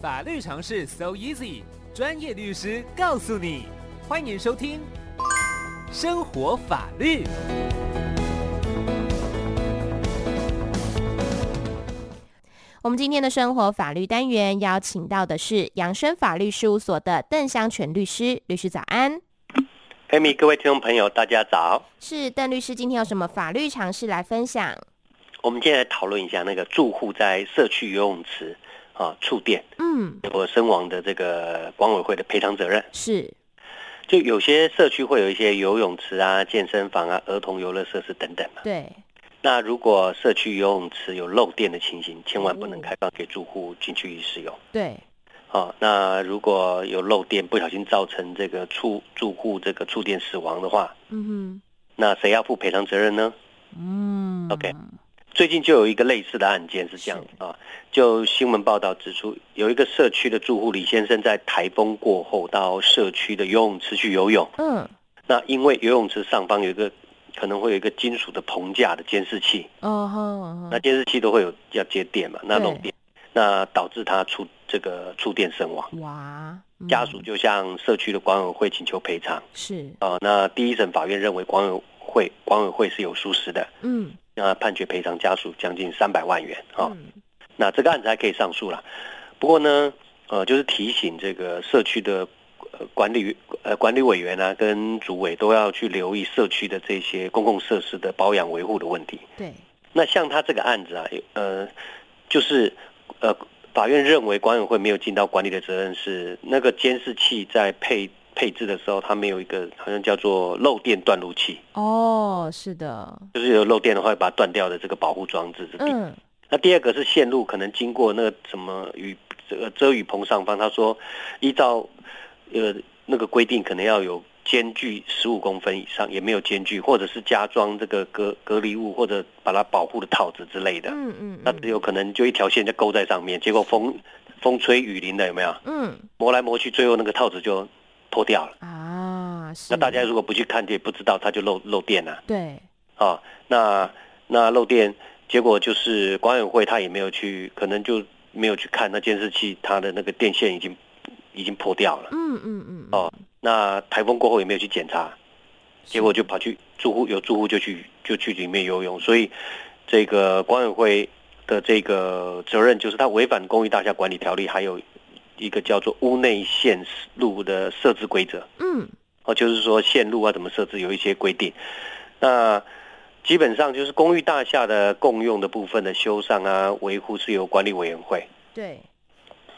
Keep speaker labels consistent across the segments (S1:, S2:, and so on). S1: 法律常识 so easy，专业律师告诉你。欢迎收听《生活法律》。
S2: 我们今天的生活法律单元邀请到的是扬生法律事务所的邓香全律师，律师早安。
S3: Amy，各位听众朋友，大家早。
S2: 是邓律师，今天有什么法律常识来分享？
S3: 我们今天来讨论一下那个住户在社区游泳池啊触电
S2: 嗯，
S3: 或身亡的这个管委会的赔偿责任。
S2: 是
S3: 就有些社区会有一些游泳池啊、健身房啊、儿童游乐设施等等嘛。
S2: 对，
S3: 那如果社区游泳池有漏电的情形，千万不能开放给住户进去使用。
S2: 对，
S3: 啊，那如果有漏电，不小心造成这个触住户这个触电死亡的话，
S2: 嗯
S3: 那谁要负赔偿责任呢？
S2: 哼，嗯
S3: OK 最近就有一个类似的案件是这样子啊，就新闻报道指出，有一个社区的住户李先生在台风过后到社区的游泳池去游泳，
S2: 嗯，
S3: 那因为游泳池上方有一个可能会有一个金属的棚架的监视器，
S2: 哦吼哦
S3: 那
S2: 吼，
S3: 监视器都会有要接电嘛，那
S2: 对
S3: 漏电，那导致他触这个触电身亡，
S2: 哇，嗯
S3: 家属就向社区的管委会请求赔偿
S2: 是，
S3: 啊。那第一审法院认为管委会管委会是有疏失的，
S2: 嗯，
S3: 那判决赔偿家属将近三百万元啊。
S2: 嗯
S3: 那这个案子还可以上诉啦。不过呢，呃，就是提醒这个社区的呃管理呃管理委员啊，跟主委都要去留意社区的这些公共设施的保养维护的问题。
S2: 对，
S3: 那像他这个案子啊，有呃，就是呃，法院认为管委会没有尽到管理的责任是那个监视器在配配置的时候，它没有一个好像叫做漏电断路器，
S2: 哦，是的，
S3: 就是有漏电的话会把它断掉的这个保护装置。这个地方
S2: 嗯，
S3: 那第二个是线路可能经过那个什么雨这个遮雨棚上方，他说依照呃那个规定，可能要有间距十五公分以上，也没有间距，或者是加装这个隔隔离物或者把它保护的套子之类的，
S2: 嗯嗯，
S3: 啊那只有可能就一条线就勾在上面，结果风风吹雨淋的有没有
S2: 嗯
S3: 磨来磨去，最后那个套子就脱掉了。
S2: 嗯啊，是，
S3: 那大家如果不去看，就也不知道它就漏漏电了、
S2: 对，
S3: 啊，那那漏电，结果就是管委会他也没有去，可能就没有去看那监视器，它的那个电线已经已经破掉了。
S2: 嗯嗯嗯，嗯
S3: 哦，那台风过后也没有去检查，结果
S2: 是
S3: 就跑去住户有住户就去就去里面游泳，所以这个管委会的这个责任就是他违反公寓大厦管理条例，还有一个叫做屋内线路的设置规则。
S2: 嗯
S3: 哦，就是说线路啊怎么设置有一些规定。那基本上就是公寓大厦的共用的部分的修缮啊、维护是由管理委员会。
S2: 对，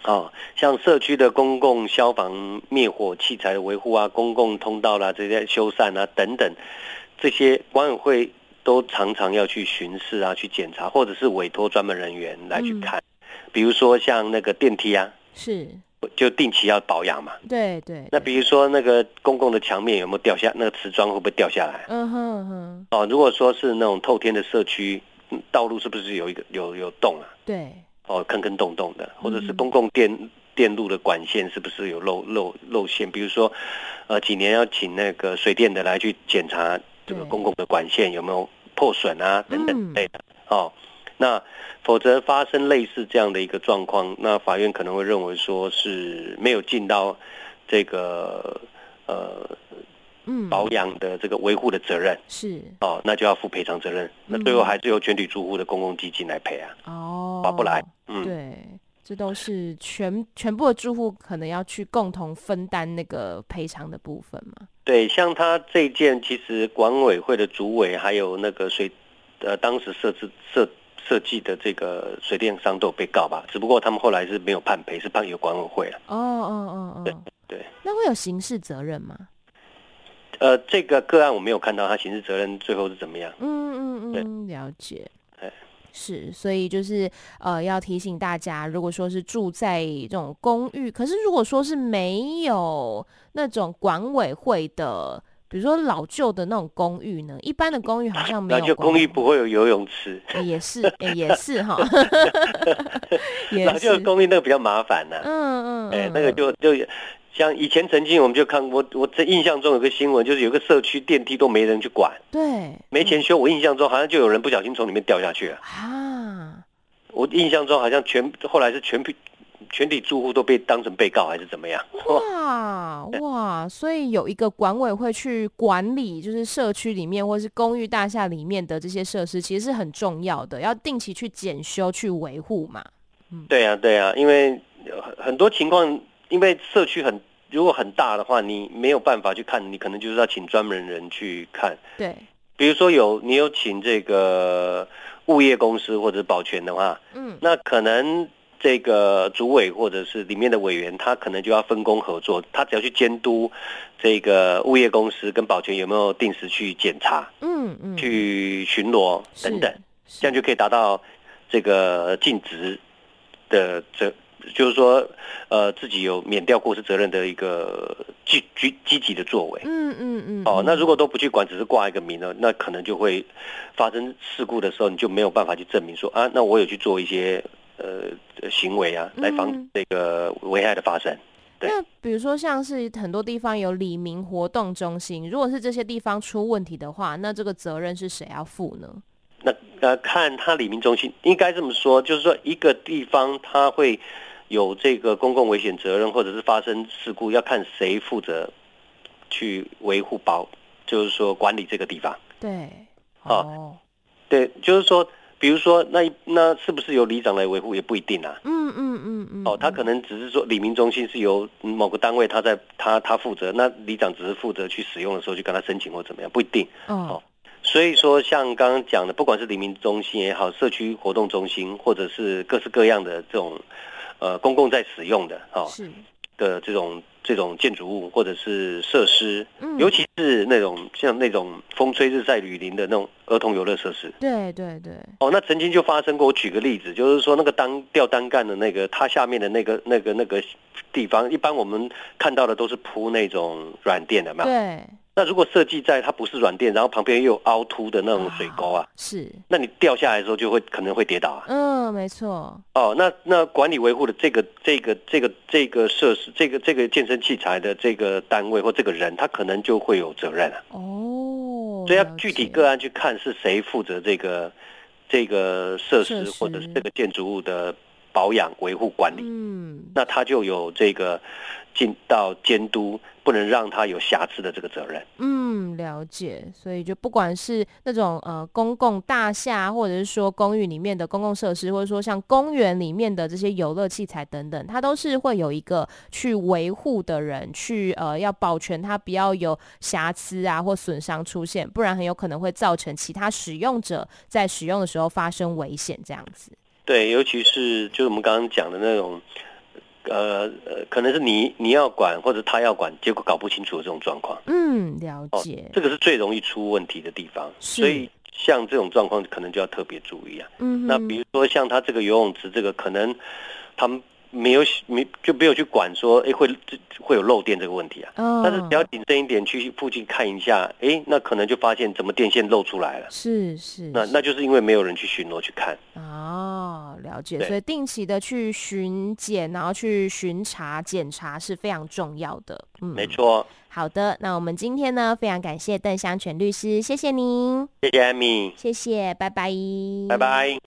S3: 哦，像社区的公共消防灭火器材的维护啊、公共通道啦、这些修缮啊等等，这些管委会都常常要去巡视啊、去检查，或者是委托专门人员来去
S2: 嗯
S3: 看。比如说像那个电梯啊，
S2: 是，
S3: 就定期要保养嘛。
S2: 对对，
S3: 那
S2: 对
S3: 比如说那个公共的墙面有没有掉下，那个瓷砖会不会掉下来？
S2: 嗯哼嗯哼，
S3: 哦，如果说是那种透天的社区，嗯道路是不是有一个有有洞啊？
S2: 对，
S3: 哦，坑坑洞洞的，或者是
S2: 嗯
S3: 公共电电路的管线是不是有漏漏漏线？比如说，呃，几年要请那个水电的来去检查这个
S2: 对
S3: 公共的管线有没有破损啊，等等
S2: 嗯
S3: 之类的。哦，那否则发生类似这样的一个状况，那法院可能会认为说是没有尽到这个呃
S2: 嗯，
S3: 保养的这个维护的责任。
S2: 是
S3: 哦，那就要负赔偿责任。那最
S2: 嗯
S3: 后还是由全体住户的公共基金来赔啊。
S2: 哦，
S3: 划不来嗯，
S2: 对，这都是全全部的住户可能要去共同分担那个赔偿的部分嘛。
S3: 对，像他这一件，其实管委会的主委还有那个水，呃，当时设置设设计的这个水电商都有被告吧，只不过他们后来是没有判赔，是判由管委会了。
S2: 哦哦哦哦，
S3: 对，
S2: 那会有刑事责任吗？
S3: 呃，这个个案我没有看到他刑事责任最后是怎么样。
S2: 嗯嗯
S3: 对
S2: 嗯，了解
S3: 哎。
S2: 是，所以就是呃，要提醒大家，如果说是住在这种公寓，可是如果说是没有那种管委会的，比如说老旧的那种公寓呢，一般的公寓好像没
S3: 那
S2: 有。
S3: 就公寓不会有游泳池，
S2: 欸也是，欸也是 哈，也，
S3: 那就是公寓那个比较麻烦呐、
S2: 嗯嗯，
S3: 哎、
S2: 嗯
S3: 那个就就像以前曾经我们就看过，我这印象中有个新闻，就是有个社区电梯都没人去管。
S2: 嗯对，
S3: 没钱修，我印象中好像就有人不小心从里面掉下去了。
S2: 啊，
S3: 我印象中好像全后来是全全体住户都被当成被告还是怎么样？
S2: 哇哇，所以有一个管委会去管理，就是社区里面或是公寓大厦里面的这些设施，其实是很重要的，要定期去检修、去维护嘛。
S3: 对呀、对呀、因为呃很很多情况，因为社区很如果很大的话，你没有办法去看，你可能就是要请专门人去看。
S2: 对，
S3: 比如说有你有请这个物业公司或者保全的话，
S2: 嗯，
S3: 那可能这个主委或者是里面的委员，他可能就要分工合作，他只要去监督这个物业公司跟保全有没有定时去检查、
S2: 嗯嗯，
S3: 去巡逻
S2: 是
S3: 等等，，
S2: 是
S3: 这样就可以达到这个尽职的责，就是说呃自己有免掉过失责任的一个积积积极的作为。
S2: 嗯嗯嗯，
S3: 哦，
S2: 嗯
S3: 那如果都不去管，只是挂一个名呢，那可能就会发生事故的时候，你就没有办法去证明说啊，那我有去做一些呃行为啊，来防
S2: 嗯
S3: 这个危害的发生。对
S2: 那比如说像是很多地方有李明活动中心，如果是这些地方出问题的话，那这个责任是谁要负呢？
S3: 那那看它里民中心应该这么说，就是说一个地方它会有这个公共危险责任，或者是发生事故，要看谁负责去维护保，就是说管理这个地方。
S2: 对，
S3: 啊
S2: 哦，
S3: 对，就是说，比如说那一那是不是由里长来维护也不一定啊。
S2: 嗯嗯嗯嗯，
S3: 哦，他可能只是说李明中心是由某个单位他在他他负责，那里长只是负责去使用的时候去跟他申请或怎么样，不一定。
S2: 哦，
S3: 所以说，像刚刚讲的，不管是黎明中心也好，社区活动中心，或者是各式各样的这种呃公共在使用的哦
S2: 是，
S3: 的这种这种建筑物或者是设施，
S2: 嗯，
S3: 尤其是那种像那种风吹日晒雨淋的那种儿童游乐设施。
S2: 嗯对对对，
S3: 哦，那曾经就发生过。我举个例子，就是说那个单吊单干的那个，它下面的那个、那个、那个地方，一般我们看到的都是铺那种软垫的，有没有？
S2: 对，
S3: 那如果设计在它不是软垫，然后旁边又有凹凸的那种水沟啊，
S2: 是，
S3: 那你掉下来的时候就会可能会跌倒啊。
S2: 嗯，没错，
S3: 哦，那那管理维护的这个、这个、这个、这个设施、这个、这个健身器材的这个单位或这个人，他可能就会有责任啊。
S2: 哦，
S3: 所以要
S2: 了
S3: 具体
S2: 解
S3: 个案去看是谁负责这个这个设
S2: 设
S3: 施
S2: 施
S3: 或者是这个建筑物的保养、维护、管理，
S2: 嗯，
S3: 那他就有这个尽到监督，不能让他有瑕疵的这个责任。
S2: 嗯，了解。所以就不管是那种呃公共大厦，或者是说公寓里面的公共设施，或者说像公园里面的这些游乐器材等等，它都是会有一个去维护的人去呃要保全它不要有瑕疵啊或损伤出现，不然很有可能会造成其他使用者在使用的时候发生危险这样子。
S3: 对，尤其是就是我们刚刚讲的那种，呃呃，可能是你你要管或者他要管，结果搞不清楚的这种状况，
S2: 嗯，了
S3: 哦
S2: 解。
S3: 这个是最容易出问题的地方。
S2: 是
S3: 所以像这种状况，可能就要特别注意啊。
S2: 嗯哼，
S3: 那比如说像他这个游泳池，这个可能他们没有没就没有去管说，哎，会这会有漏电这个问题啊。
S2: 嗯，
S3: 但是只要谨慎一点，去附近看一下，哎，那可能就发现怎么电线漏出来了。
S2: 是是，
S3: 那
S2: 是
S3: 那就是因为没有人去巡逻去看。
S2: 哦，了解，
S3: 对
S2: 所以定期的去巡检，然后去巡查、检查是非常重要的。嗯，
S3: 没。错，
S2: 好的，那我们今天呢，非常感谢邓香全律师，谢谢您，
S3: 谢谢艾米，
S2: 谢谢，拜拜，
S3: 拜拜。